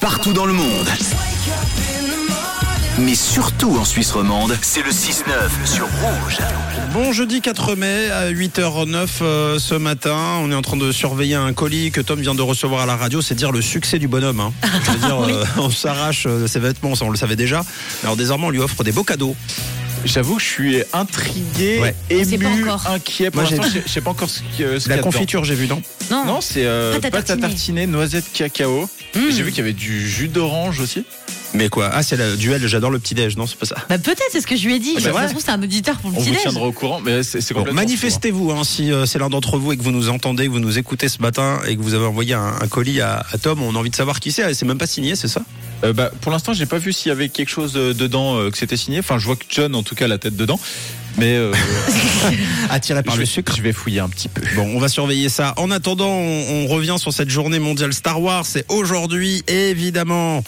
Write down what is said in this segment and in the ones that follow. partout dans le monde. Mais surtout en Suisse romande, c'est le 6-9 sur Rouge. Bon jeudi 4 mai à 8h09 euh, ce matin, on est en train de surveiller un colis que Tom vient de recevoir à la radio, c'est dire le succès du bonhomme. hein. Je veux dire, euh, on s'arrache euh, ses vêtements, ça on le savait déjà. Alors désormais on lui offre des beaux cadeaux. J'avoue que je suis intrigué, Ouais. sait ému, pas encore. inquiet. Pour Moi, j'ai- l'instant, je je sais pas encore ce que ce qu'il y a La dedans. confiture j'ai vu, non Non. Non, c'est euh, Ah. Pâte à pâte, à tartiner. Mmh. tartiner, noisette cacao. Et J'ai vu qu'il y avait du jus d'orange aussi. Mais quoi Ah c'est le duel, j'adore le petit-déj, non c'est pas ça Bah peut-être, c'est ce que je lui ai dit. Ah, bah, ça ouais. se trouve, c'est un auditeur pour le On petit vous déj. tiendra au courant, mais c'est c'est Bon, complètement. manifestez-vous hein, si euh, c'est l'un d'entre vous et que vous nous entendez, que vous nous écoutez ce matin et que vous avez envoyé un, un colis à, à Tom. On a envie de savoir qui c'est. Ah, C'est même pas signé, c'est ça fou. Euh, bah, pour l'instant, j'ai pas vu s'il y avait quelque chose euh, dedans euh, que c'était signé. Enfin, je vois que John, en tout cas, a la tête dedans. Mais euh, Attiré je, vais- je vais fouiller un petit peu. Bon, on va surveiller ça. En attendant, on, on revient sur cette journée mondiale Star Wars. C'est aujourd'hui, évidemment.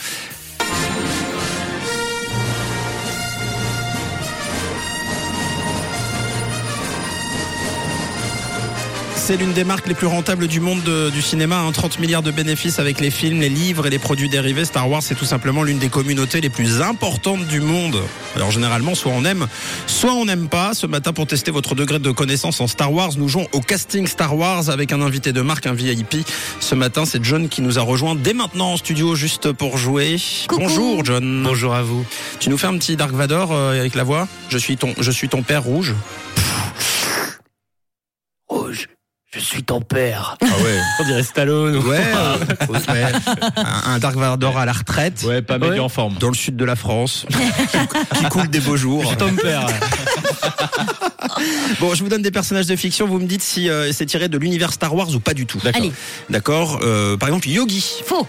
C'est l'une des marques les plus rentables du monde de- du cinéma, hein. 30 milliards de bénéfices avec les films, les livres et les produits dérivés. Star Wars, c'est tout simplement l'une des communautés les plus importantes du monde. Alors généralement, soit on aime, soit on n'aime pas. Ce matin, pour tester votre degré de connaissance en Star Wars, nous jouons au casting Star Wars avec un invité de marque, un VIP. Ce matin, c'est John qui nous a rejoint dès maintenant en studio juste pour jouer. Coucou. Bonjour John. Bonjour à vous. Tu nous fais un petit Dark Vador euh, avec la voix Je suis ton, je suis ton père rouge. Rouge, je suis ton père. Ah ouais. On dirait Stallone. ou- Ouais, euh, ouais. Un, un Dark Vador à la retraite, Ouais, pas méga Ouais. en forme. dans le sud de la France, qui, qui coule des beaux jours. Ton père. Bon, je vous donne des personnages de fiction, vous me dites si euh, c'est tiré de l'univers Star Wars ou pas du tout. D'accord. Allez, D'accord euh, Par exemple, Yogi, faux.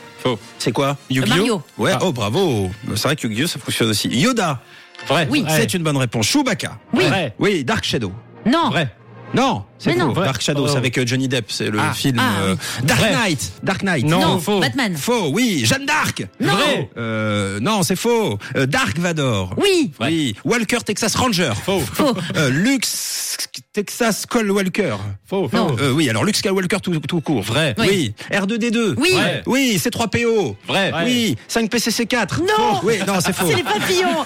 c'est quoi Yu-Gi-Oh Euh, Mario. Ouais, Ah. oh bravo C'est vrai que Yu-Gi-Oh ça fonctionne aussi. Yoda, Vrai. Oui. Vrai. c'est une bonne réponse. Chewbacca, Oui. Vrai. oui, Dark Shadow. Non. Vrai. Non, c'est Mais non. faux. Vrai. Dark Shadow, Oh. c'est avec euh, Johnny Depp, c'est le Ah. film. Ah, euh, Dark Vrai. Knight, Dark Knight. Non. Non, faux. Batman. Faux, oui. Jeanne d'Arc. Non. Vrai. Euh, non, c'est faux. Euh, Dark Vador. Oui. Vrai. Oui. Walker Texas Ranger. Faux. Faux. Lux Texas Cole Walker. Faux. Non. Faux. Euh, oui, alors Luke Skywalker tout, tout court. Vrai. Oui. Oui. R2D2. Oui. Vrai. Oui, C3PO. Vrai. Ouais. Oui, 5PCC4. Non. Faux. Oui, non, c'est faux. Ah, C'est les papillons.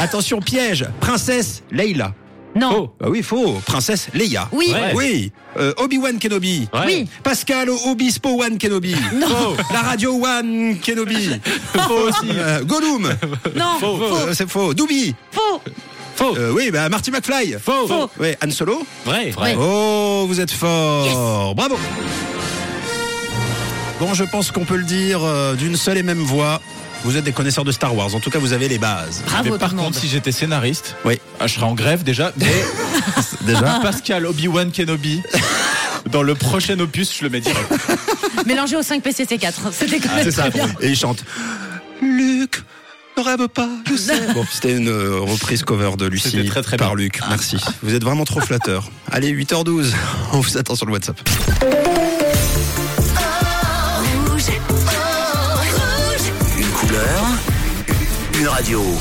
Attention, piège. Princesse Leila. Non. Faux. Bah oui, faux. Princesse Leia. Oui. Vrai. Oui. Euh, Obi-Wan Kenobi. Vrai. Oui. Pascal Obispo One Kenobi. Faux. La radio One Kenobi. Faux aussi. Euh, Gollum. Non. Faux. Euh, c'est faux. Doubi. Faux. Faux. Euh, oui, bah, Marty McFly. Faux. Faux. Ouais, Han Solo. Vrai. Vrai. Oh, vous êtes fort. Bravo. Bon, je pense qu'on peut le dire euh, d'une seule et même voix. Vous êtes des connaisseurs de Star Wars. En tout cas, vous avez les bases. Bravo mais par tout le monde. contre, si j'étais scénariste, Oui. ah, je serais en grève déjà. Mais Déjà. Pascal Obi-Wan Kenobi, dans le prochain opus, je le mets direct. Mélangé aux 5 PCC4. C'était quand même C'est ça. très bien. Et il chante. Luc. Ne rêve pas, je sais. Bon, c'était une euh, reprise cover de Lucie C'était très, très par bien. Ah. Luc. Merci. Vous êtes vraiment trop flatteur. Allez, 8h12. On vous attend sur le WhatsApp. Une couleur, une radio.